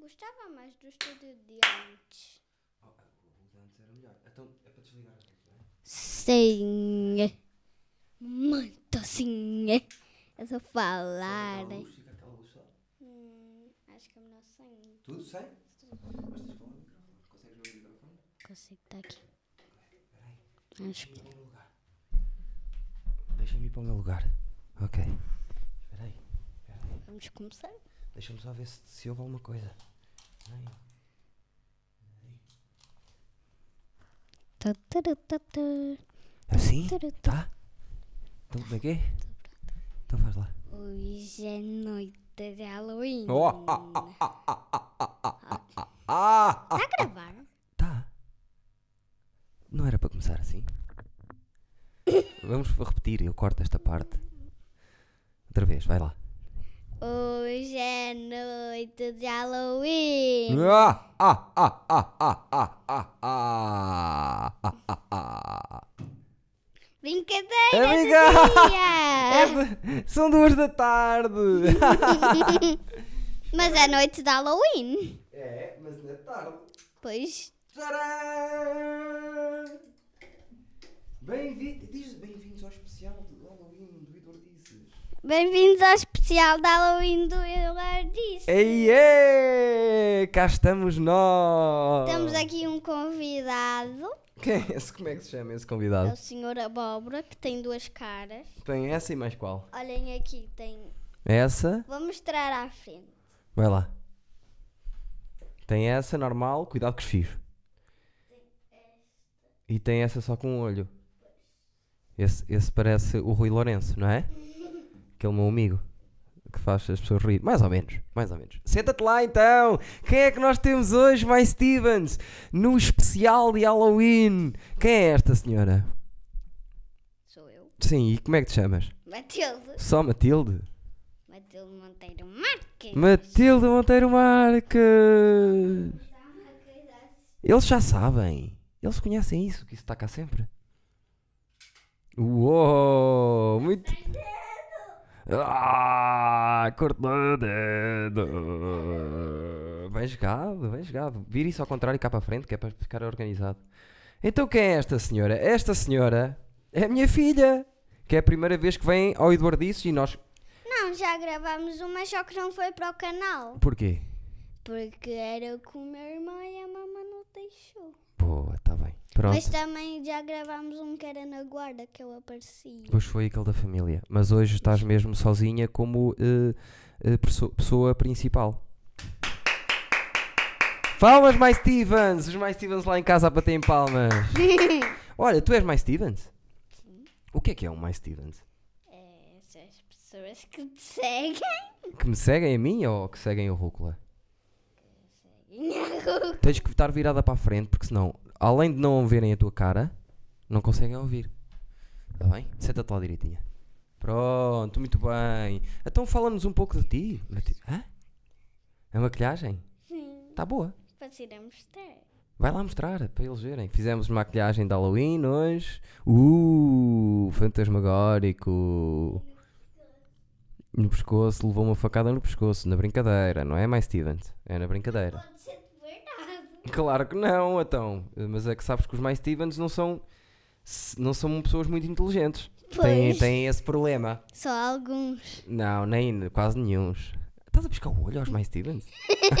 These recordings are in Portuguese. gostava mais do estúdio de antes. Oh, ah, o de antes era melhor. Então é para desligar a luz, não é? Sim. é. Muito sim. É só falar. Fica aquela luz, fica aquela luz só. Hum, acho que é melhor sem. Tudo sem? Mas tens de falar no microfone. Consegues ver o microfone? Consigo estar aqui. Espera aí. Acho Deixa-me ir para o meu lugar. Deixa-me ir para o meu lugar. Ok. Espera aí. Espera aí. Vamos começar? Deixa-me só ver se, se houve alguma coisa. Espera aí. Tá, tá, tá, tá, tá. Assim? Tudu, tudu. Tá? Então como é que é? Então faz lá. Hoje é noite de Halloween. Oh, ah, ah, ah, ah, ah, ah, ah, ah, ah, ah. Está a gravar? Tá. Não era para começar assim? Vamos repetir, eu corto esta parte. Outra vez, vai lá. Hoje é noite de Halloween. Ah, ah, ah, ah, ah, ah, ah, ah, ah, ah, ah. Brincadeira É do brincar- dia. É, são duas da tarde. Mas é noite de Halloween. É, mas não é tarde. Pois. Tcharam! Bem-vindo, diz bem-vindos ao especial do Halloween do Vitor Dices. Bem-vindos ao especial de Halloween do Eduardo Disse. Ei, ei, cá estamos nós. Temos aqui um convidado. Quem é esse? Como é que se chama esse É o convidado? Sr. Abóbora, que tem duas caras. Tem essa e mais qual? Olhem aqui, tem. Essa, Vou mostrar à frente. vai lá. Tem essa normal, cuidado com os fios. E tem essa só com um olho. Esse, esse parece o Rui Lourenço, não é? Aquele meu amigo que faz as pessoas rir. Mais ou menos, mais ou menos. Senta-te lá então! Quem é que nós temos hoje, Vai Stevens? No especial de Halloween! Quem é esta senhora? Sou eu. Sim, e como é que te chamas? Matilde. Só Matilde? Matilde Monteiro Marques. Matilde Monteiro Marques! Eles já sabem. Eles conhecem isso, que isso está cá sempre. Uou! Muito. Ah, cortou o dedo. Bem jogado, bem jogado. Vira isso ao contrário e cá para a frente, que é para ficar organizado. Então quem é esta senhora? Esta senhora é a minha filha, que é a primeira vez que vem ao Eduardice e nós... Não, já gravámos uma, só que não foi para o canal. Porquê? Porque era com o meu irmão e a mamãe não deixou. Boa, está tá bem. Pronto. Mas também já gravámos um que era na guarda que eu apareci. Pois foi aquele da família. Mas hoje estás mesmo sozinha como eh, eh, perso- pessoa principal. Palmas, mais Stevens! Os mais Stevens lá em casa a baterem palmas. Olha, tu és mais Stevens? O que é que é um mais Stevens? É, são as pessoas que te seguem. Que me seguem a mim ou que seguem o Rúcula? Minha rua. Tens que estar virada para a frente porque senão, além de não verem a tua cara, não conseguem ouvir. Está bem? Senta-te lá direitinha. Pronto, muito bem. Então fala-nos um pouco de ti. Mati- Hã? A maquilhagem? Sim, Está boa. para se ir a mostrar. Vai lá mostrar, para eles verem. Fizemos maquilhagem de Halloween hoje. Uh, fantasmagórico. No pescoço, levou uma facada no pescoço, na brincadeira, não é mais Stevens? É na brincadeira. Pode ser de verdade. Claro que não, então. Mas é que sabes que os mais Stevens não são, se- não são pessoas muito inteligentes. Têm, Pois. têm esse problema. Só alguns. Não, nem quase nenhum. Estás a piscar o olho aos mais Stevens?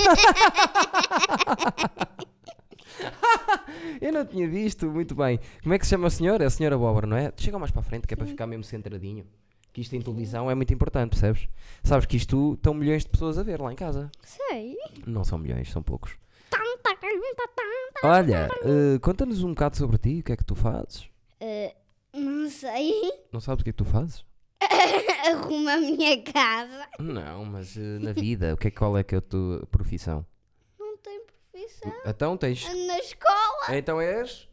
Eu não tinha visto, muito bem. Como é que se chama a senhora? É a senhora Bobber, não é? Chega mais para a frente, que é para ficar mesmo centradinho. Que isto em televisão é muito importante, percebes? Sabes que isto estão milhões de pessoas a ver lá em casa. Sei. Não são milhões, são poucos. Tam, tam, tam, tam. Olha, eh, conta-nos um bocado sobre ti, o que é que tu fazes? Eh, não sei. Não sabes o que é que tu fazes? Arrumo a minha casa. Não, mas eh, na vida, o que é, qual é que é a tua profissão? Não tem profissão. Então tens. Ando na escola. Então és.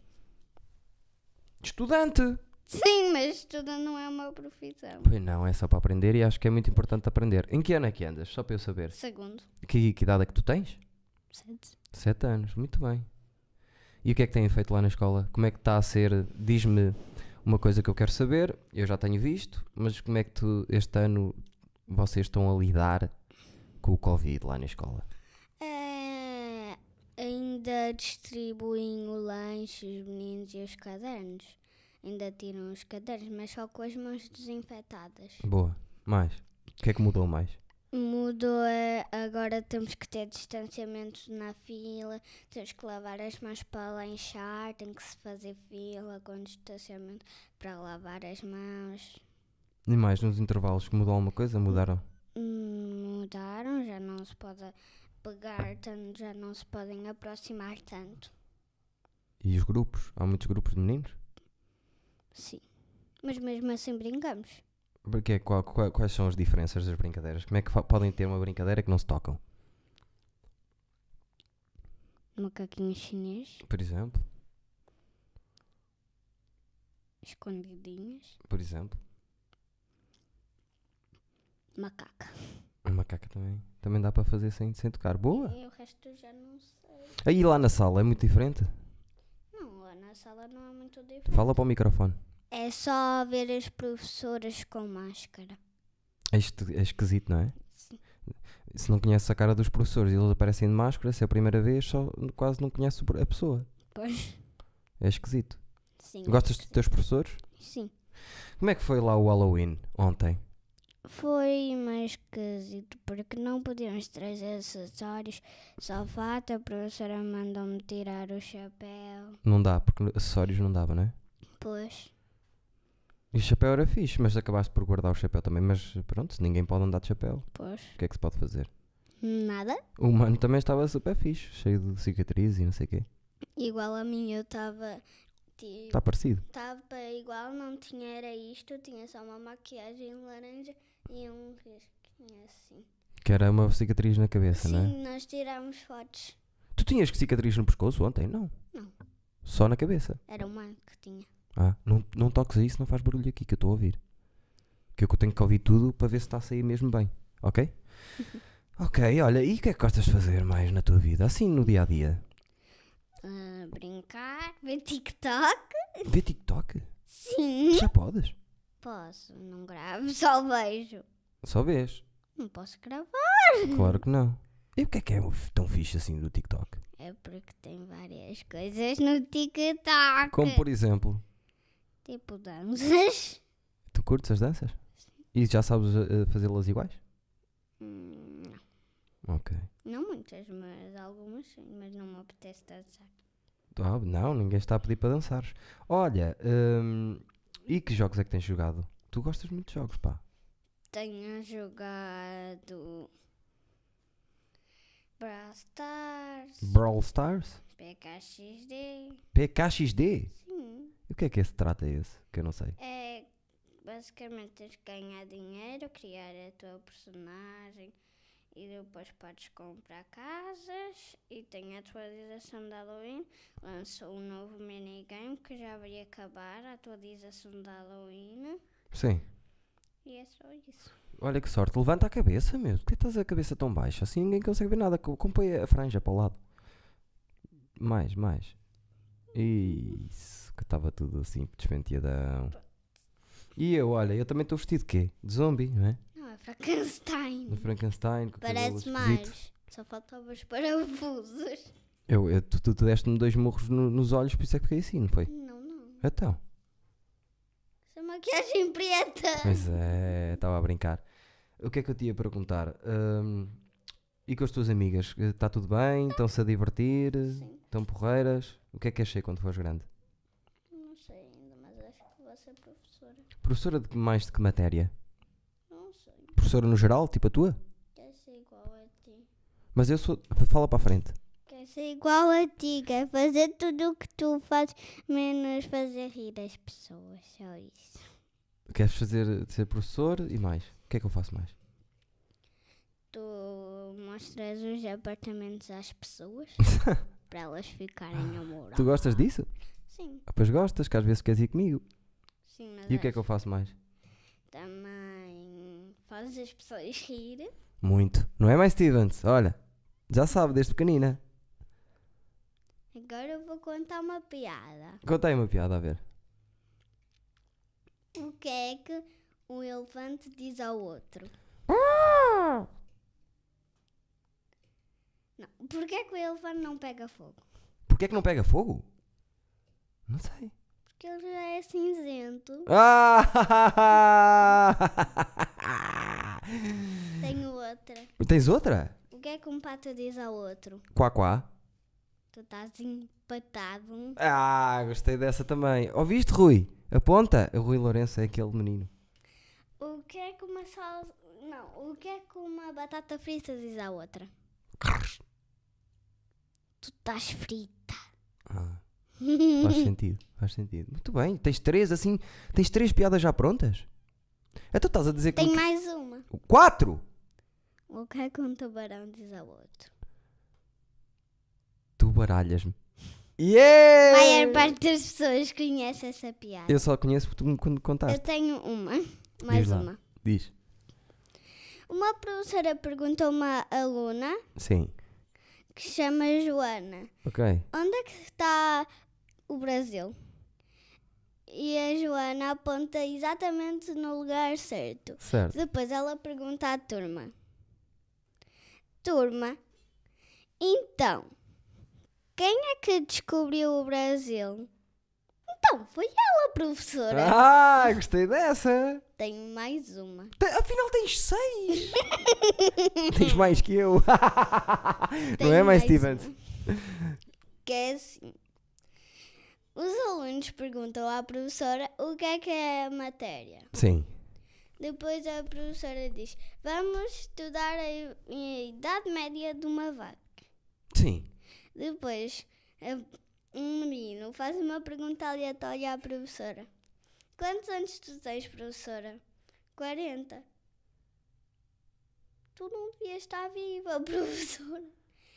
Estudante! Sim, mas estudo não é uma profissão. Pois não, é só para aprender e acho que é muito importante aprender. Em que ano é que andas? Só para eu saber. Segundo. Que, que idade é que tu tens? Sete anos, muito bem. E o que é que têm feito lá na escola? Como é que está a ser? Diz-me uma coisa que eu quero saber, eu já tenho visto, mas como é que tu, este ano vocês estão a lidar com o Covid lá na escola? Eh, ainda distribuem o lanche, os meninos e os cadernos. Ainda tiram os cadernos, mas só com as mãos desinfetadas. Boa. Mais. O que é que mudou mais? Mudou, eh, agora temos que ter distanciamento na fila, temos que lavar as mãos para lanchar, tem que se fazer fila com distanciamento para lavar as mãos. E mais, nos intervalos, que mudou alguma coisa? Mudaram? Hum, Mudaram, já não se pode pegar tanto, já não se podem aproximar tanto. E os grupos? Há muitos grupos de meninos? Sim. Mas mesmo assim brincamos. Porque, é qual- qual- quais são as diferenças das brincadeiras? Como é que fa- podem ter uma brincadeira que não se tocam? Macaquinho chinês, Por exemplo? escondidinhas, Por exemplo? macaca. A macaca também. Também dá para fazer sem, sem tocar. Boa! E o resto eu já não sei. Aí lá na sala é muito diferente. Não, lá na sala não é muito diferente. Fala para o microfone. É só ver as professoras com máscara. É, este- é esquisito, não é? Sim. Se não conhece a cara dos professores e eles aparecem de máscara, se é a primeira vez, só quase não conhece o pro- a pessoa. Pois. É esquisito. Sim. é Gostas acho dos que teus professores? Sim. Como é que foi lá o Halloween ontem? Foi mais esquisito porque não podíamos trazer acessórios, só fato. A professora mandou-me tirar o chapéu. Não dá, porque acessórios não dava, não é? Pois. E o chapéu era fixe, mas acabaste por guardar o chapéu também. Mas pronto, ninguém pode andar de chapéu. Pois. O que é que se pode fazer? Nada. O humano também estava super fixe, cheio de cicatrizes e não sei o quê. Igual a mim, eu estava. Tipo, Está parecido. Estava igual, não tinha era isto, tinha só uma maquiagem laranja e um risquinho assim. Que era uma cicatriz na cabeça, não é? Sim, nós tirámos fotos. Tu tinhas que cicatriz no pescoço ontem? Não. Não. Só na cabeça. Era uma que tinha. Ah, não, não toques a isso, não faz barulho aqui que eu estou a ouvir. Que eu tenho que ouvir tudo para ver se está a sair mesmo bem, ok? ok, olha, e o que é que gostas de fazer mais na tua vida? Assim no dia a dia? Ah, brincar, ver TikTok? Ver TikTok? Sim. Já podes? Posso, não gravo, só vejo. Só vês? Não posso gravar. Claro que não. E o que é que é tão fixe assim do TikTok? É porque tem várias coisas no TikTok. Como por exemplo, Tipo danças. tu curtes as danças? E já sabes eh, fazê-las iguais? Hum, não. Ok. não muitas, mas algumas sim, mas não me apetece dançar. Ah, não, ninguém está a pedir para dançares. Olha, hum, e que jogos é que tens jogado? Tu gostas muito de jogos, pá. Tenho jogado Brawl Stars, Brawl Stars? PKXD, PKXD? sim. E o que é que esse trata esse? Que eu não sei. É basicamente tens que ganhar dinheiro, criar a tua personagem e depois podes comprar casas e tem a atualização da Halloween. Lançou um novo minigame que já vai acabar, a atualização da Halloween. Sim. E é só isso. Olha que sorte. Levanta a cabeça, meu. Por que estás a cabeça tão baixa? Assim ninguém consegue ver nada. Co- Compõe a franja para o lado. Mais, mais. Isso. Que estava tudo assim, despenteadão. E eu, olha, eu também estou vestido de quê? De zombie, não é? Não é Frankenstein. De Frankenstein. Com o cabelo Hum. Parece esquisito. mais. Só faltavam os parafusos. Eu, eu- tu, tu- tu deste-me dois murros no- nos olhos, por isso é que fiquei assim, não foi? Não, não. Então. Essa maquiagem preta. Pois é, estava a brincar. O que é que eu te ia perguntar? Hum, e com as tuas amigas? Está tudo bem? Estão-se a divertir? Sim. Estão porreiras? O que é que achei quando fores grande? Não sei ainda, mas acho que vou ser professora. Professora de mais de que matéria? Não sei. Professora no geral, tipo a tua? Quer ser igual a ti. Mas eu sou. Fala para a frente. Quer ser igual a ti. Quer fazer tudo o que tu fazes, menos fazer rir as pessoas. Só isso. Queres fazer ser professor e mais? O que é que eu faço mais? Tu mostras os apartamentos às pessoas para elas ficarem a morar. Ah, Tu gostas disso? Sim, Ah, Pois gostas, que às vezes queres ir comigo. sim, mas E o que é acho que eu faço mais? também fazes as pessoas rirem. Muito. Não é mais Stevens? Olha, já sabe, desde pequenina. Agora eu vou contar uma piada. Conta aí uma piada, a ver. O que é que um elefante diz ao outro? Ah! Não, porque é que o elefante não pega fogo? Porquê é que não pega fogo? Não sei. Porque ele já é cinzento. Ah! Tenho outra. Tens outra? O que é que um pato diz ao outro? Quá, quá. Tu estás empatado. Ah, gostei dessa também. Ouviste, Rui? Aponta. O Rui Lourenço é aquele menino. O que é que uma sal... Não, o que é que uma batata frita diz à outra? Tu estás frita. Ah, faz sentido, faz sentido. Muito bem, tens três assim, tens três piadas já prontas? Então estás a dizer que. Tenho mais uma. Quatro! O que é que um tubarão diz ao outro? Tu baralhas-me. Yeah! A maior parte das pessoas conhece essa piada. Eu só conheço porque tu me quando Eu contaste. tenho uma. Mais Diz lá. uma. Diz. Uma professora perguntou a uma aluna Sim. que se chama Joana. Ok. Onde é que está o Brasil? E a Joana aponta exatamente no lugar certo. Certo. Depois ela pergunta à turma: Turma, então, quem é que descobriu o Brasil? Então, foi ela, professora. Ah, gostei dessa! Tenho mais uma. Te- Afinal tens seis! tens mais que eu! Não é Tenho mais mais Stevens? Que é assim: Os alunos perguntam à professora o que é que é a matéria. Sim. Depois a professora diz: Vamos estudar a i- a idade média de uma vaca. Sim. Depois a- um menino faz uma pergunta aleatória à professora: Quantos anos tu tens, professora? 40. Tu não devias estar viva, professora.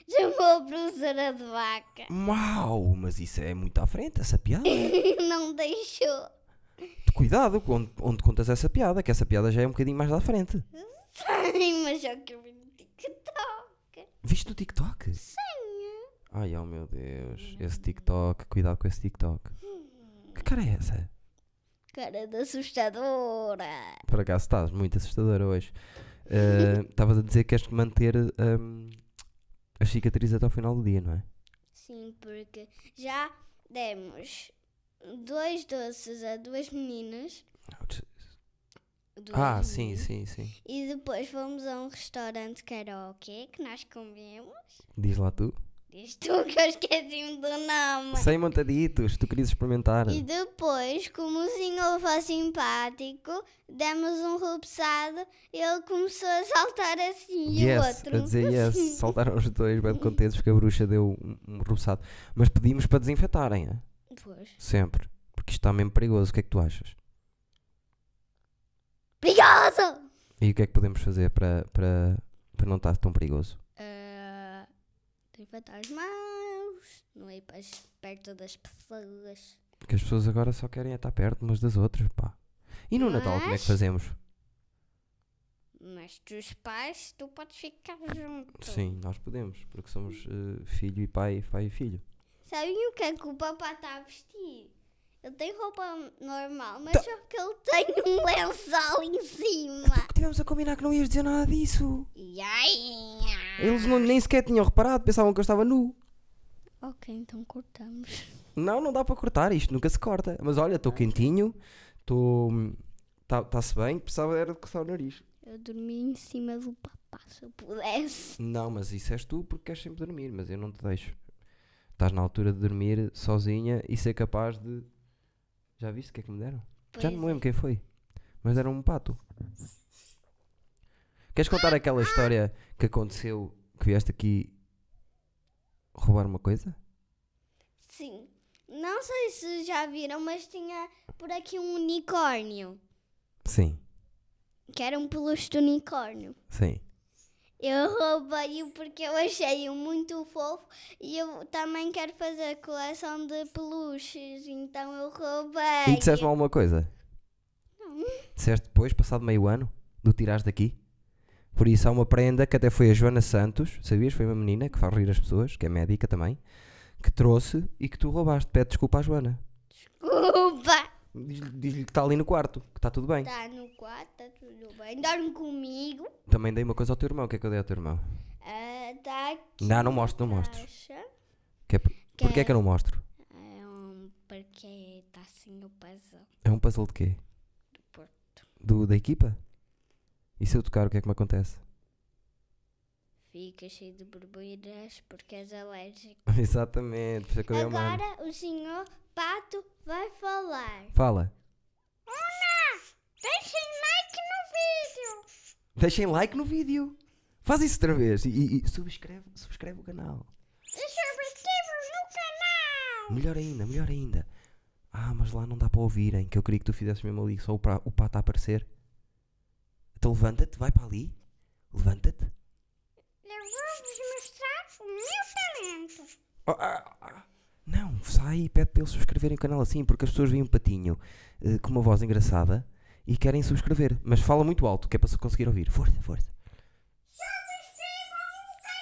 Chamou a professora de vaca. Mau, mas isso é muito à frente, essa piada. não deixou. Cuidado com onde, onde contas essa piada, que essa piada já é um bocadinho mais lá à frente. Ai, mas já que eu vi no TikTok. Viste no TikTok? Tenho. Ai, oh meu Deus, esse TikTok, cuidado com esse TikTok. Que cara é essa? Cara de assustadora. Por acaso estás muito assustadora hoje. Ah, Estavas a dizer que queres manter ahm, as cicatrizes até ao final do dia, não é? Sim, porque já demos dois doces a duas meninas. duas Ah, sim, meninas, sim, sim. E depois fomos a um restaurante karaokê que nós comemos. Diz lá tu. Diz tu que eu esqueci-me do nome. Sem montaditos, tu querias experimentar. E depois, como o senhor foi simpático, demos um rupsado e ele começou a saltar assim e o Yes, outro. a dizer yes, saltaram os dois, bem contentes porque a bruxa deu um, um roçado. Mas pedimos para desinfetarem, é? Pois. sempre, porque isto está mesmo perigoso. O que é que tu achas? Perigoso! E o que é que podemos fazer para, para, para não estar tão perigoso? Ah, Desinfetar as mãos, não ir para as- perto das pessoas. Porque as pessoas agora só querem é estar perto umas das outras, pá. E no Natal, como é que Mas- fazemos? Mas dos pais, tu podes ficar junto. Sim, nós podemos, porque somos eh, filho e pai, pai e filho. Sabem o que é que o papá está a vestir? Ele tem roupa normal, mas Tá. só que ele tem um lençol em cima. Tivemos a combinar que não ias dizer nada disso. E aí? Eles não- nem sequer tinham reparado, pensavam que eu estava nu. Ok, então cortamos. Não, não dá para cortar, isto nunca se corta. Mas olha, estou quentinho, estou. Está-se bem, precisava era de coçar o nariz. Eu dormi em cima do papá, se eu pudesse. Não, mas isso és tu porque queres sempre dormir, mas eu não te deixo. Estás na altura de dormir sozinha e ser capaz de. Já viste o que é que me deram? Já não me é. lembro quem foi, mas deram um pato. Queres contar aquela história que aconteceu que vieste aqui roubar uma coisa? Sim. Não sei se já viram, mas tinha por aqui um unicórnio. Sim, que era um peluche de unicórnio. sim. Eu roubei-o porque eu achei-o muito fofo e eu também quero fazer coleção de peluches, então eu roubei. E disseste-me alguma coisa? Não. Disseste depois, passado meio ano, do tirares daqui? Por isso há uma prenda que até foi a Joana Santos, sabias? Foi uma menina que faz rir as pessoas, que é médica também, que trouxe e que tu roubaste. Pede desculpa à Joana. Desculpa! Diz-lhe diz-lhe que está ali no quarto, que está tudo bem. Está Tá no quarto, está tudo bem. Dorme comigo. Também dei uma coisa ao teu irmão. O que é que eu dei ao teu irmão? Está tá aqui. Não, não mostro, não a mostro. caixa. Que é por- Porquê é que eu não mostro? É um porque está assim o puzzle É um puzzle de quê? do Porto. Do, da equipa? E se eu tocar, o que é que me acontece? Fica cheio de borbulhas porque és alérgico. Exatamente, por isso é que eu dei ao mano. Agora o senhor Pato vai falar. Fala. Una, deixem like no vídeo. Deixem like no vídeo. Faz isso outra vez e, e- e subscreve, subscreve o canal. E subscrevam no canal. Melhor ainda, melhor ainda. Ah, mas lá não dá para ouvirem, que eu queria que tu fizesses mesmo ali só o, pra, o pato a aparecer. Então levanta-te, vai para ali. Levanta-te. Eu vou-vos mostrar o meu talento. Oh, ah, ah. Não, sai e pede para eles subscreverem o canal assim, porque as pessoas veem um patinho eh, com uma voz engraçada e querem subscrever. Mas fala muito alto, que é para se conseguir ouvir. Força, força. Subscrevam no canal.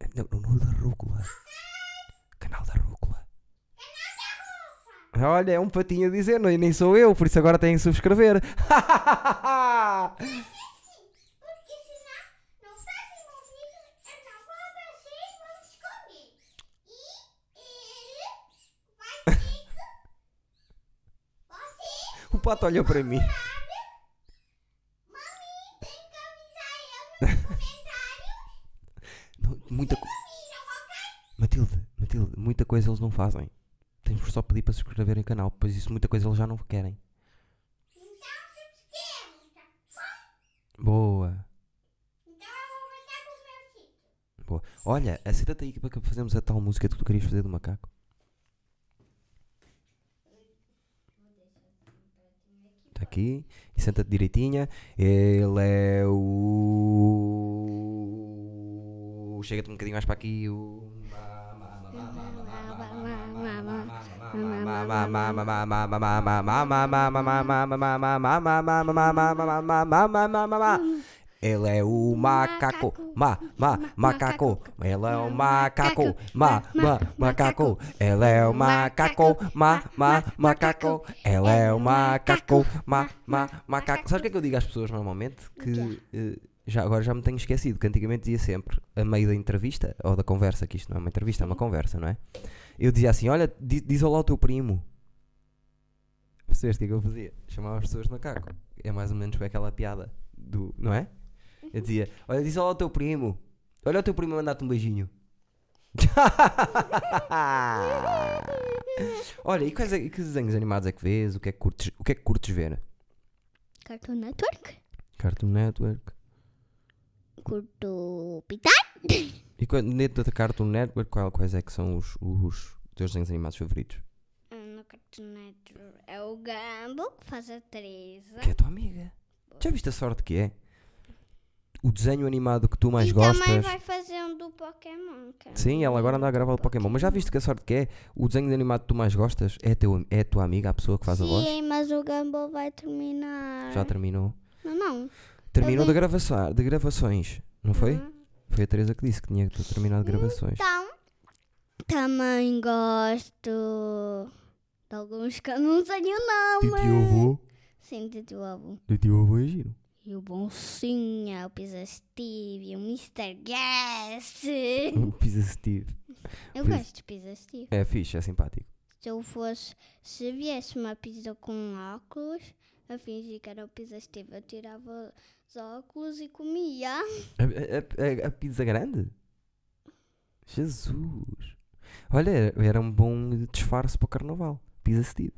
E deixem like. No, no, no da Rúcula. Canal da Rúcula. Canal da Rufa. Olha, é um patinho a dizer, não, e nem sou eu, por isso agora têm que subscrever. Porque senão não fazem um vídeo, eu é não vou aparecer e vou me esconder. E ele vai ter que. Você, o pato olhou para mim. sabe? Mami, tem que avisar eu nos comentários. Não, muita co- Viram, ok? Matilde, Matilde, muita coisa eles não fazem. Tens por só pedir para se subscreverem o canal, pois isso muita coisa eles já não querem. Então subscrevam, tá bom? Boa, Então eu vou voltar com o meu título. boa. Olha, aceita-te aí para que fazemos a tal música que tu querias fazer do macaco. Está Tá aqui. E senta-te direitinha. Ele é o. Chega-te um bocadinho mais para aqui. O. Ele é o macaco, ma, ma, macaco. Ele é o macaco, ma, ma, macaco. Ele é o macaco, ma, ma, macaco. Ele é o macaco, ma, ma, macaco. Sabes o que é que eu digo às pessoas normalmente? Que eh, já, agora já me tenho esquecido, que antigamente dizia sempre, a meio da entrevista, ou da conversa, que isto não é uma entrevista, é uma conversa, não é? Eu dizia assim: Olha, di- diz olá ao teu primo. Percebeste o que é que eu fazia? Chamava as pessoas de macaco. É mais ou menos aquela piada do. Não é? Eu dizia: Olha, diz olá ao teu primo. Olha o teu primo a mandar-te um beijinho. Olha, e quais é- e que desenhos animados é que vês? O que é que curtes, o que é que curtes ver? Cartoon Network? Cartoon Network. Curto Pitar? E qua- dentro da Cartoon Network, qual- quais é que são os, os teus desenhos animados favoritos? Ah, No Cartoon Network é o Gumball que faz a Teresa. Que é a tua amiga. Já viste a sorte que é? O desenho animado que tu mais e também gostas. vai fazer um do Pokémon. que eu Sim, não ela agora anda a gravar o Pokémon. Mas já viste que a sorte que é? O desenho animado que tu mais gostas é, teu, é a tua amiga, a pessoa que faz a voz. Sim, mas o Gumball vai terminar. Já tá- terminou. Não, não. Terminou de, vi. gravaçar, de gravações, não foi? Uhum. Foi a Teresa que disse que tinha terminado de gravações. Então, Também gosto de alguns que eu não tenho Do nome. teu avô. Sim, de teu avô. Do teu avô é giro. E o Boncinha, o Pizza Steve, o Mr. Guest. O Pisa Steve. Eu Por isso- gosto de Pizza Steve. É fixe, é simpático. Se eu fosse, se viesse uma pizza com óculos, a fingir que era o Pizza Steve, eu tirava os óculos e comia. A, a- a- a pizza grande? Jesus. Olha, era- era um bom disfarce para o carnaval. Pizza Steve.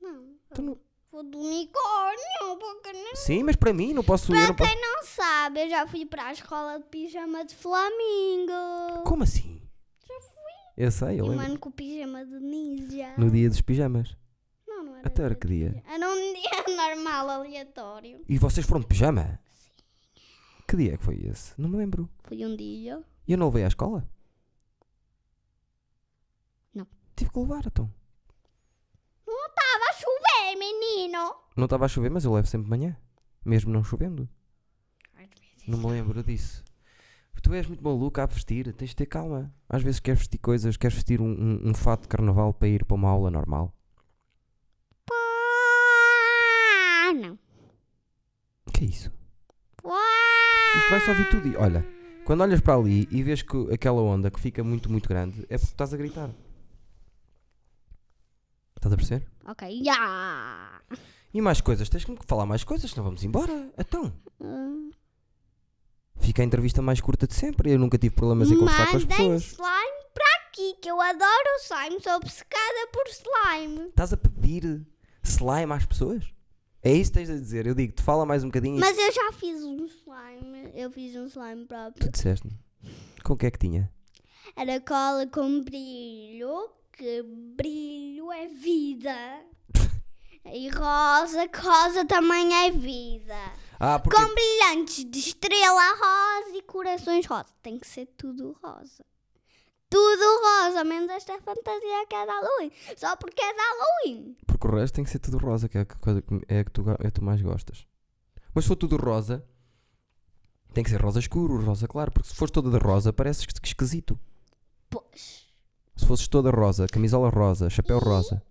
Não, Tu não- vou do unicórnio, porque não. Sim, mas para mim, não posso eu Para não posso- quem não sabe, eu já fui para a escola de pijama de flamingo. Como assim? Eu sei, E eu um lembro. ano com o pijama de ninja. No dia dos pijamas. Não, não era. Até era dia que de dia? pijama. Era um dia normal, aleatório. E vocês foram de pijama? Que dia é que foi esse? Não me lembro. Foi um dia. E eu não levei à escola? Não. Tive que levar, então. Não estava a chover, menino. Não estava a chover, mas eu levo sempre de manhã. Mesmo não chovendo. Não me lembro disso. Tu és muito maluca a vestir, tens de ter calma. Às vezes queres vestir coisas, queres vestir um, um, um fato de carnaval para ir para uma aula normal. Pá, não. Que é isso? isto vai-se ouvir tudo. E olha, quando olhas para ali e vês que aquela onda que fica muito, muito grande, é porque estás a gritar. Estás a perceber? Ok, ya! E mais coisas, tens que me falar mais coisas, senão vamos embora. Então, Hum, fica a entrevista mais curta de sempre. Eu nunca tive problemas em conversar é com as Mandem pessoas. slime para aqui, que eu adoro slime, sou obcecada por slime. Estás a pedir slime às pessoas? É isso que tens a dizer. Eu digo, te fala mais um bocadinho e Mas eu já fiz um slime, eu fiz um slime próprio. tu disseste com o que é que tinha? Era cola com brilho, que brilho é vida. E rosa, que rosa também é vida. Ah, porque Com brilhantes de estrela rosa e corações rosa. Tem que ser tudo rosa. Tudo rosa, menos esta fantasia que é da Halloween. Só porque é da Halloween. Porque o resto tem que ser tudo rosa, que é a que- coisa que é a que tu, go- é que tu mais gostas. Mas se for tudo rosa, tem que ser rosa escuro, rosa claro, porque se fores toda de rosa, pareces que- que esquisito. Pois. Se fosses toda rosa, camisola rosa, chapéu rosa.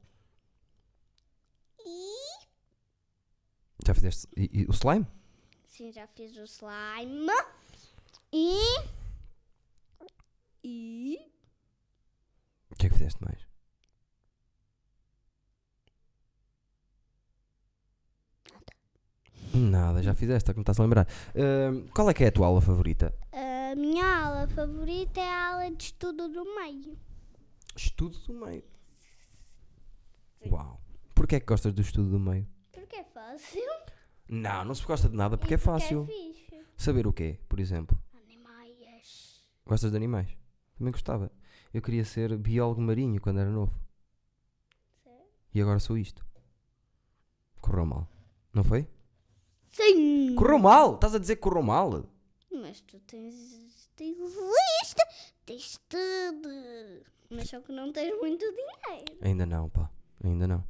E... Já fizeste e- e o slime? Sim, já fiz o slime. E... E... O que é que fizeste mais? Nada, já fizeste, é que me estás a lembrar. Ahm, qual é que é a tua aula favorita? A minha aula favorita é a aula de estudo do meio. Estudo do meio. Uau. Porquê é que gostas do estudo do meio? Porque é fácil. Não, não se gosta de nada porque é e fácil. Porque é fixe. Saber o quê, por exemplo? Animais. Gostas de animais? Também gostava. Eu queria ser biólogo marinho quando era novo. E agora sou isto. Correu mal. Não foi? Sim. Uhum. Correu mal! Estás a dizer que correu mal? Mas tu tens, tens lista, tens tudo. Mas só que não tens muito dinheiro. Ainda não, pá. Ainda não.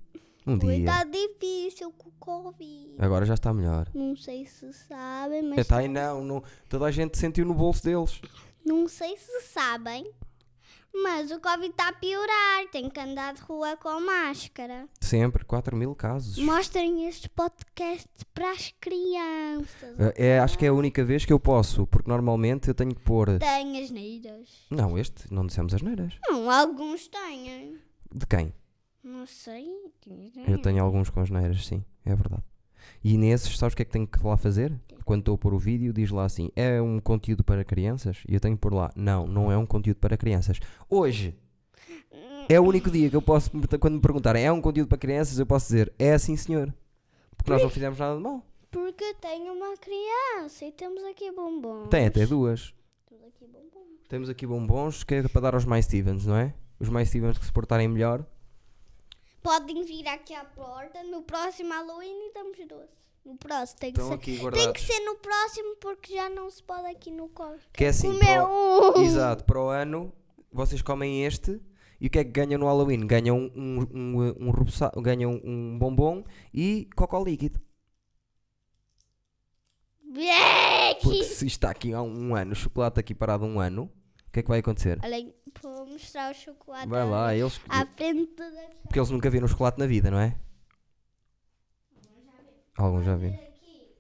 Um Foi dia. tá difícil com o Covid. Agora já está melhor. Não sei se sabem, mas Está aí não, não. Toda a gente sentiu no bolso deles. não sei se sabem. Mas o Covid está a piorar. Tem que andar de rua com máscara. Sempre. 4 mil casos. Mostrem este podcast para as crianças. Ah, É, acho que é a única vez que eu posso, porque normalmente eu tenho que pôr. Têm as neiras. Não, este, não dissemos as neiras. Não, alguns têm. De quem? Não sei. tinha Eu tenho alguns com as neiras, sim, é verdade. E nesses, sabes o que é que tenho que lá fazer? Quando estou a pôr o vídeo, diz lá assim: é um conteúdo para crianças? E eu tenho que pôr lá: não, não é um conteúdo para crianças. Hoje é o único dia que eu posso, me- quando me perguntarem: é um conteúdo para crianças? Eu posso dizer: é sim, senhor. Porque nós não fizemos nada de mal. Porque eu tenho uma criança e temos aqui bombons. Tem até duas. Temos aqui bombons. Temos aqui bombons que é para dar aos mais Stevens, não é? Os mais Stevens que se portarem melhor. Podem vir aqui à porta. No próximo Halloween e damos doce. No próximo, tem é que, Estão ser, aqui tem que guardados. ser no próximo porque já não se pode aqui no colo. Que é assim: Comer para o- um. Exato, para o ano vocês comem este e o que é que ganham no Halloween? Ganham um, um, um, um rebuça- ganham um bombom e cocó líquido. Black! Porque se está aqui há um ano, o chocolate aqui parado hum ano, o que é que vai acontecer? Olha, aí, vou mostrar o chocolate Vai lá, eles. à frente da Porque eles nunca viram chocolate na vida, não é? Alguns já viram. aqui.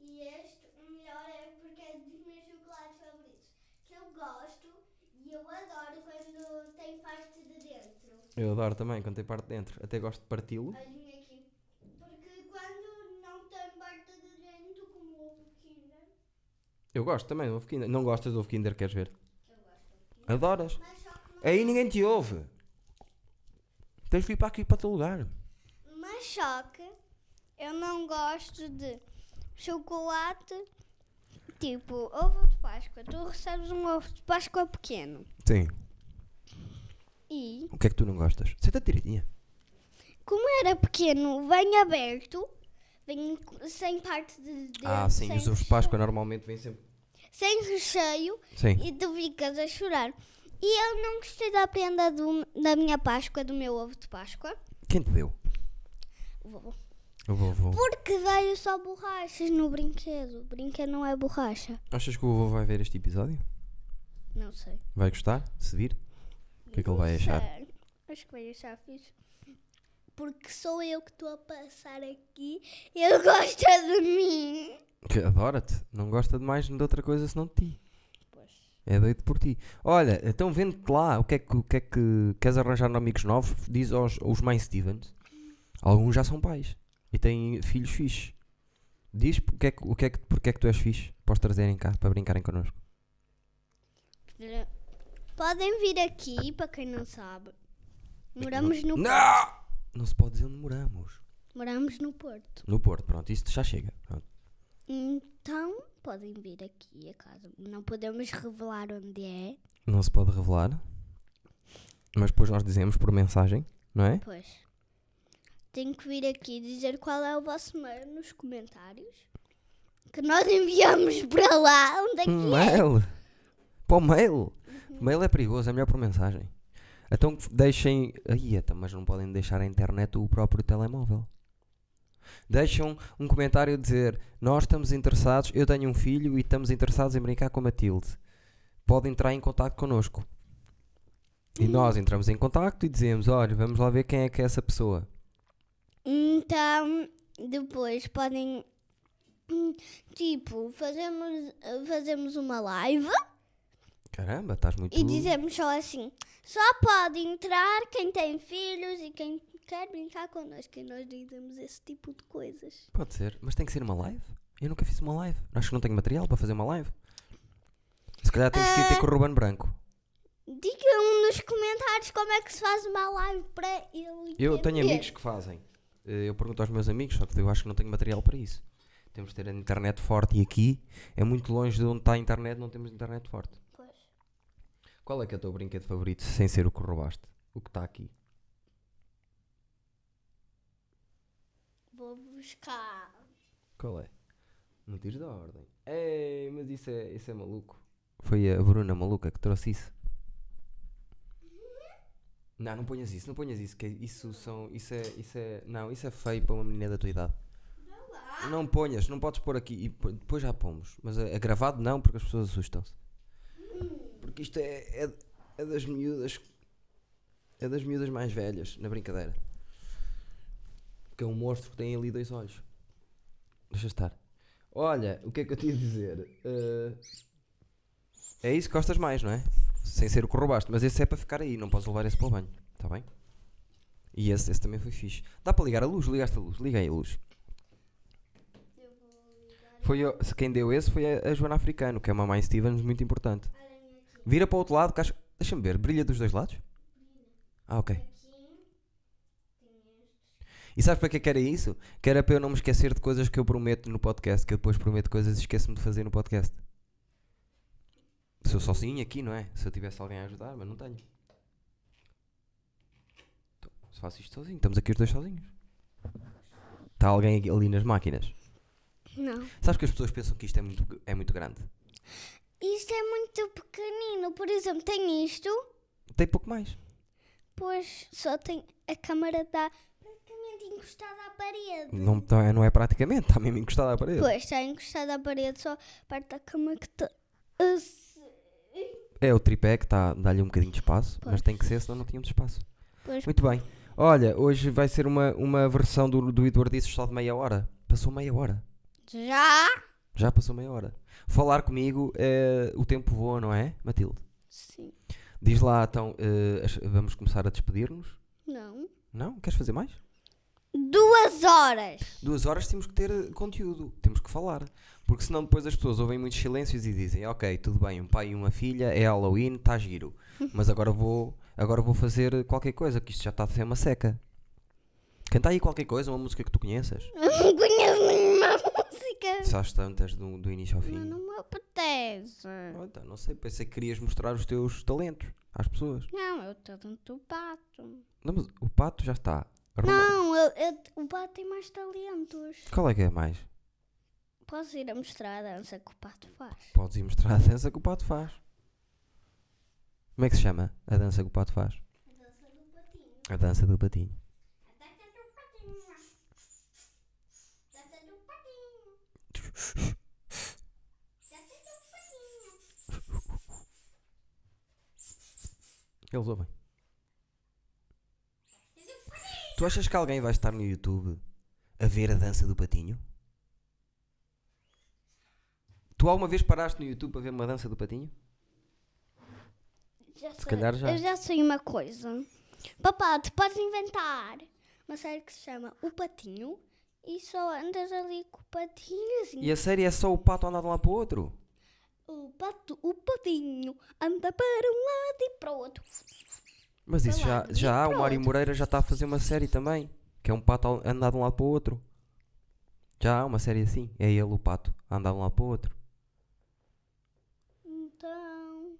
E este, o melhor é porque é dos meus chocolates favoritos. Que eu gosto e eu adoro quando tem parte de dentro. Eu adoro também, quando tem parte de dentro. Até gosto de parti-lo. Olhem aqui. Porque quando não tem parte de dentro, como o ovo Kinder, Eu gosto também do ovo Kinder. Não gostas do ovo Kinder, queres ver? Adoras? Aí ninguém te ouve. Tens de vir para aqui para o teu lugar. mas só que eu não gosto de chocolate tipo ovo de Páscoa. Tu recebes um ovo de Páscoa pequeno Sim. e, O que é que tu não gostas? Senta direitinha. como era pequeno, vem aberto, vem co- sem parte de dentro, Ah, sim, sem, os ovos de Páscoa normalmente vêm sempre. sem recheio Sim. e tu ficas a chorar. E eu não gostei da prenda do- da minha Páscoa, do meu ovo de Páscoa. Quem te deu? Vou O vovô. Porque veio só borrachas no brinquedo. O brinquedo não é borracha. Achas que o vovô vai ver este episódio? Não sei. Vai gostar? Se vir? O que é que ele vai achar? Acho que vai achar fixe. porque sou eu que estou a passar aqui. Ele gosta de mim. Que adora-te. Não gosta de mais de outra coisa senão de ti. Pois. É doido por ti. Olha, então vende-te lá. O que é que, o que, é que queres arranjar amigos novos? Diz aos, aos mães Stevens. Alguns já são pais e têm filhos fixes. Diz porque é que, o que é que, porque é que tu és fixe para os trazerem cá, para brincarem connosco. Podia- Podem vir aqui, para quem não sabe. Moramos no, Não! Não se pode dizer onde moramos. moramos no Porto. No Porto, pronto, isto já chega. Pronto. Então, podem vir aqui a casa. Não podemos revelar onde é. Não se pode revelar. Mas depois nós dizemos por mensagem, não é? Pois. Tenho que vir aqui dizer qual é o vosso mail nos comentários. Que nós enviamos para lá. Onde é que Um é? mail. Para o mail. Mail é perigoso, é melhor por mensagem. Então que deixem. Aí, então, mas não podem deixar a internet o próprio telemóvel. Deixam um comentário a dizer: Nós estamos interessados, eu tenho um filho e estamos interessados em brincar com a Matilde. Pode entrar em contato connosco. E nós entramos em contacto e dizemos: Olha, vamos lá ver quem é que é essa pessoa. Então, depois podem. hum, Tipo, fazemos, fazemos uma live Caramba, estás muito. e dizemos só assim: só pode entrar quem tem filhos e quem quer brincar connosco. E nós dizemos esse tipo de coisas. Pode ser, mas tem que ser uma live? Eu nunca fiz uma live. Acho que não tenho material para fazer uma live. Se calhar temos que ir ter com o Ruben Branco. Digam nos comentários como é que se faz uma live para ele. Eu tenho entender. amigos que fazem. Eh, Eu pergunto aos meus amigos, só que eu acho que não tenho material para isso. Temos de ter a internet forte e aqui é muito longe de onde está a internet, não temos internet forte. Pois. Qual é que é o teu brinquedo favorito sem ser o que roubaste? O que está aqui? Vou buscar. Qual é? Não tires da ordem. Ei, mas isso é, isso é maluco. Foi a Bruna maluca que trouxe isso. Não, não ponhas isso, não ponhas isso, que isso são, isso é, isso é, não, isso é feio para uma menina da tua idade. Não ponhas, não podes pôr aqui, e po- depois já pomos, mas a, a gravado não, porque as pessoas assustam-se. Porque isto é, é, é das miúdas, é das miúdas mais velhas, na brincadeira. Porque é um monstro que tem ali dois olhos. Deixa estar. Olha, o que é que eu te ia dizer? Eh, É isso que gostas mais, não é? Sem ser o que roubaste. Mas esse é para ficar aí, não podes levar esse para o banho. Está bem? E esse, esse também foi fixe. Dá para ligar a luz? Ligaste a luz? Liga aí a luz. Foi eu- se quem deu esse foi a, a Joana Africano, que é uma mãe Stevens muito importante. Vira para o outro lado, que acho- deixa-me ver, brilha dos dois lados? Ah, ok. E sabes para que é que era isso? Que era para eu não me esquecer de coisas que eu prometo no podcast, que eu depois prometo coisas e esqueço-me de fazer no podcast. Sou sozinho aqui, não é? Se eu tivesse alguém a ajudar, mas não tenho. Então, Se faço isto sozinho, estamos aqui os dois sozinhos. Está alguém aqui- ali nas máquinas. Não. Sabes que as pessoas pensam que isto é muito, é muito grande. Isto é muito pequenino. Por exemplo, tem isto. Tem pouco mais. Pois só tem. A câmara está praticamente encostada à parede. Não, não é- não é praticamente, está mesmo encostado à parede. Pois, está encostada à parede, só a parte da cama que está. Pois, É o tripé que está dá-lhe um bocadinho de espaço, mas tem que ser, senão não tínhamos espaço. pois Muito bem. Olha, hoje vai ser uma, uma versão do, do Eduardices só de meia hora. Passou meia hora. já? Já passou meia hora. Falar comigo, eh, o tempo voa, não é, Matilde? Sim. Diz lá, então, eh, as- vamos começar a despedir-nos? Não. Não? Queres fazer mais? Duas horas. Duas horas temos que ter eh, conteúdo, temos que falar. Porque senão depois as pessoas ouvem muitos silêncios e dizem, ok, tudo bem, um pai e uma filha, é Halloween, está giro. Mas agora vou, agora vou fazer qualquer coisa, que isto já está a ser uma seca. Canta aí qualquer coisa, uma música que tu conheças. Não conheço nenhuma música. Sabes tantas do, do início ao fim. É. Não me apetece. Oh, então, não sei, pensei que querias mostrar os teus talentos às pessoas. Não, eu estou dentro do pato. Não, mas o pato já está. Arruma- Não, eu, eu- o pato tem mais talentos. Qual é que é mais? Posso ir a mostrar a dança que o pato faz? Podes ir mostrar a dança que o pato faz. Como é que se chama a dança que o pato faz? A dança do patinho. Eles ouvem. Tu Tu achas que alguém vai estar no YouTube a ver a dança do patinho? Tu alguma vez paraste no YouTube para ver uma dança do patinho? Já sei. calhar já. Eu já sei uma coisa. Papá, tu podes inventar uma série que se chama O Patinho e só andas ali com o patinho assim. E a série é só o pato andar de um lado para o outro? O pato, o patinho anda para um lado e para o outro. Mas isso Para já, lá, de um já há, para o o Mário outro. Moreira já está a fazer uma série também, que é um pato a andar de um lado para o outro. Já há uma série assim, é ele o pato a andar de um lado para o outro. Então.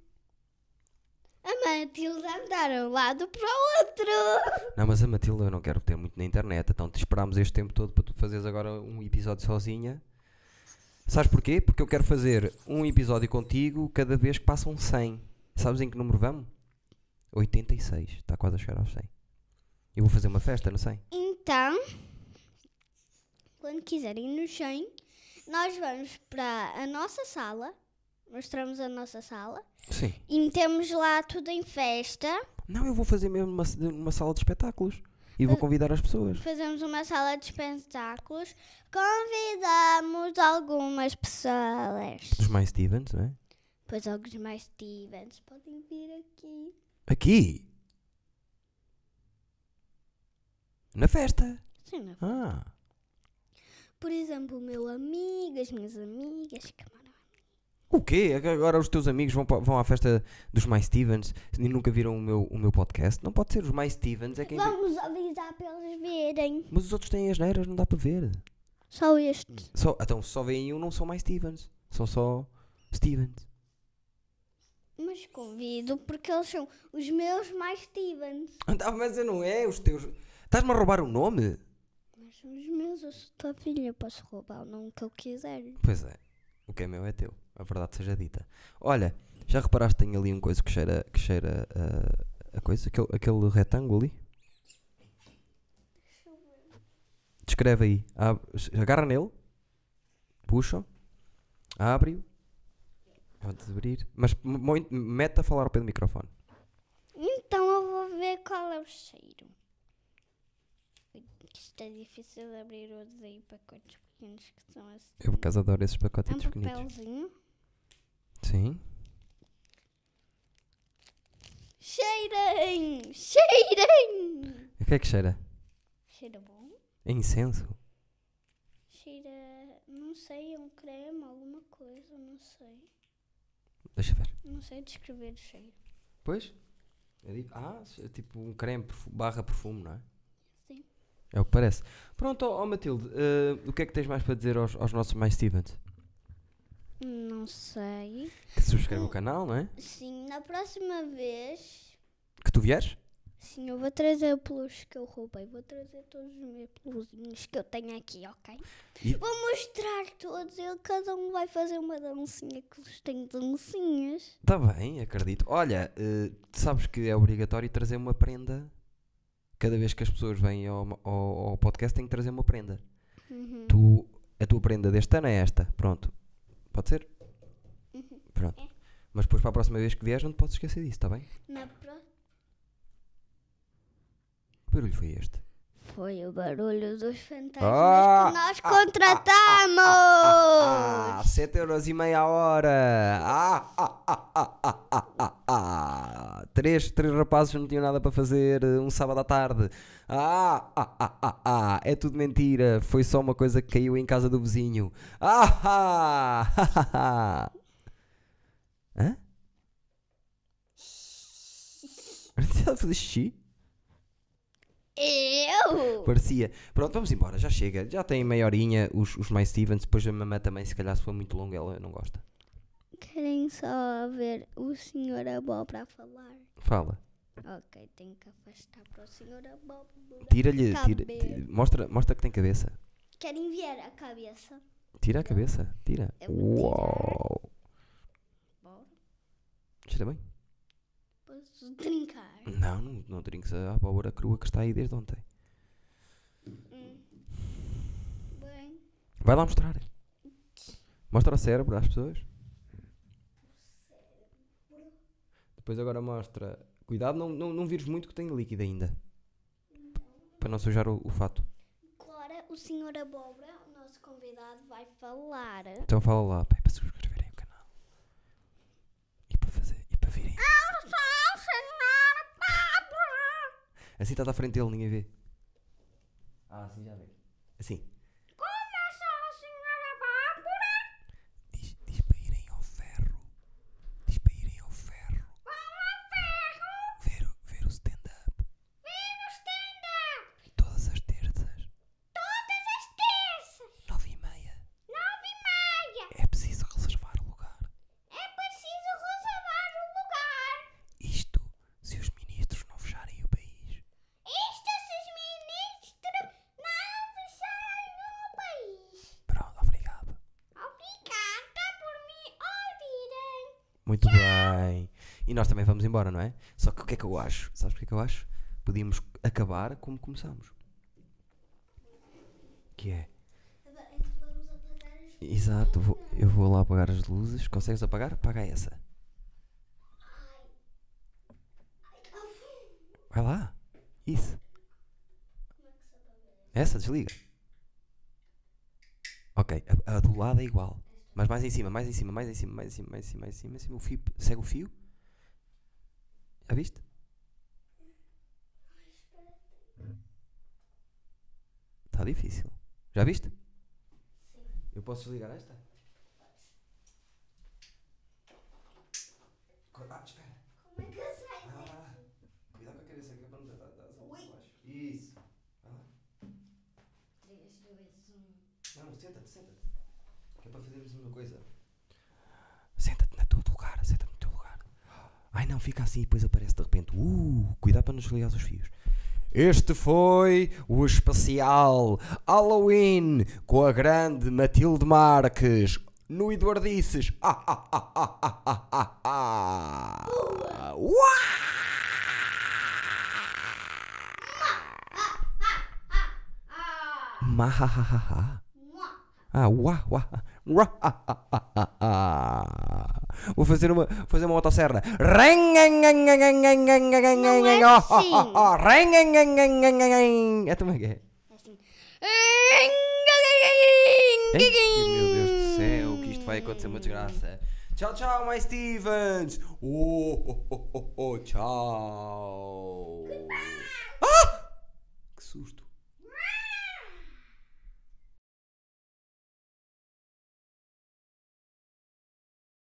A Matilde andar de um lado para o outro. Não, mas a Matilda eu não quero ter muito na internet, então te esperámos este tempo todo para tu fazeres agora um episódio sozinha. Sabes porquê? Porque eu quero fazer um episódio contigo cada vez que passam 100. Sabes em que número vamos? 86, está Tá quase a chegar aos 100. Eu vou fazer uma festa no 100. Então, quando quiserem nos 100, nós vamos para a nossa sala. Mostramos a nossa sala Sim. e metemos lá tudo em festa. Não, eu vou fazer mesmo uma, uma sala de espetáculos e vou convidar as pessoas. Fazemos uma sala de espetáculos. Convidamos algumas pessoas. Dos mais Stevens, não é? Pois alguns mais Stevens podem vir aqui. Aqui! Na festa! Sim, não. Ah! Por exemplo, o meu amigo, as minhas amigas, camarada. O quê? Ag- Agora os teus amigos vão, pa- vão à festa dos Mais Stevens e nunca viram o meu, o meu podcast? Não pode ser, os Mais Stevens é quem. vê. Vamos avisar para eles verem. Mas os outros têm as neiras, não dá para ver. Só este. Só, então, se só veem um, não são Mais Stevens. São só Stevens. Hum. Mas convido porque eles são os meus mais Stevens. Ah, tá, mas eu não é, os teus. Estás-me a roubar o nome? Mas são os meus, eu sou tua filha, eu posso roubar o nome que eu quiser. Pois é, o que é meu é teu, a verdade seja dita. Olha, já reparaste que tem ali um coisa que cheira, que cheira ah, a coisa, aquele, aquele retângulo ali? Descreve aí, Ab- agarra nele, puxa, abre-o, pode abrir, mas m- muito- mete a falar ao pé do microfone. Então eu vou ver qual é o cheiro. Isto é difícil de abrir o daí pacotes pequenos que são assim. Eu por acaso adoro esses É um pacotes pequenitos. papelzinho. Sim. Cheirem! Cheirem! O que é que cheira? Cheira bom? É incenso? Cheira. Não sei, é um creme, alguma coisa, não sei. Deixa ver. Não sei descrever o cheiro. Pois? É di- ah, se- é tipo um creme perfu- barra perfume, não é? Sim. É o que parece. Pronto, ó ó Matilde, eh, o que é que tens mais para dizer aos, aos nossos mais Stevens? Não sei. Que subscrevam o canal, não é? Sim, na próxima vez. Que tu vieres? Sim, eu vou trazer o peluche que eu roubei. Vou trazer todos os meus peluzinhos que eu tenho aqui, ok? E- Vou mostrar todos. Eu, cada um vai fazer uma dancinha, que eles têm dancinhas. Está Tá bem, acredito. Olha, eh, sabes que é obrigatório trazer uma prenda. Cada vez que as pessoas vêm ao, ma- ao- ao podcast, têm que trazer uma prenda. Uhum. Tu, a tua prenda deste ano é esta. Pronto. Pode ser? Pronto. Mas depois para a próxima vez que vieres, não te podes esquecer disso, está bem? Na próxima. Que barulho foi este? Foi o barulho dos fantasmas Ah, que nós ah, contratamos! Ah, 7 euros e meia a hora. Ah, ah, ah, ah, ah, ah, ah, ah. Três, três rapazes não tinham nada para fazer eh, um sábado à tarde. Ah, ah, ah, ah, ah. É tudo mentira. Foi só uma coisa que caiu em casa do vizinho. Ah, ah, ah, ah, ah. Hã? Ela a fazer xixi? Eu! Parecia. Pronto, vamos embora, já chega. Já tem meia horinha os, os mais Stevens. Depois a mamã também, se calhar, se for muito longa, ela não gosta. Querem só ver o senhor Abó para falar? Fala. Ok, tenho que afastar para o senhor Abó. Tira-lhe. Tira, Cabeça. ti- mostra, mostra que tem cabeça. Querem ver a cabeça? Tira a cabeça. Tira. Eu vou tirar. Uau. É Bora. Cheira bem? Posso trincar? Não, não, não trinques a abóbora crua que está aí desde ontem. Hum. Bem, Vai lá mostrar. Mostra o cérebro às pessoas. Depois agora mostra. Cuidado, não, não, não vires muito que tem líquido ainda. para não sujar o, o fato. Agora o senhor Abóbora, o nosso convidado, vai falar. Então fala lá, pai, para subscreverem o canal. E para fazer, e para virem. Assim estás à frente dele, ninguém vê. Ah, assim já vê. Assim. Diz, diz para irem ao ferro. Diz para irem ao ferro. Ver, o- ver o stand-up. Todas as terças. Nove e meia. É preciso reservar o lugar. é um Isto se os ministros não fecharem o país. Pronto, obrigado. Muito bem. E nós também vamos embora, não é? Só que o que é que eu acho? Sabes o que é que eu acho? Podíamos acabar como começamos. Que é? Exato, vou- eu vou lá apagar as luzes. Consegues apagar? Apaga essa. Vai lá. Isso. Essa, desliga. Ok, a, a do lado é igual. Mas mais em cima, mais em cima, mais em cima, mais em cima, mais em cima, mais em cima. mais em cima. O fio, segue o fio. Já viste? Está Tá difícil. Já viste? Eu posso desligar esta? Co- Ah, espera. Vai lá, vai lá. Cuidado com a cabeça, que é para não tentar dar Isso. Vai lá. Não, senta-te, senta-te. Que é para fazermos uma coisa. Senta-te no teu lugar, senta-te no teu lugar. Ai não, fica assim e depois aparece de repente. Uh, cuidado para não desligar os fios. Este foi o especial Halloween com a grande Matilde Marques no Eduardices. Ah, ah, ah, ah, ah, ah, ah, ah. Uau! Ah! Mahahaha. Ah, uá, uá, uá, ah, ah, ah, ah, ah. Vou fazer uma, vou fazer uma motosserra. é Não assim. assim. É como é que é? Ei, meu Deus do céu, que isto vai acontecer uma desgraça. Tchau, tchau, mais Stevens. Oh, oh, oh, oh, oh, tchau. Ah! Que susto.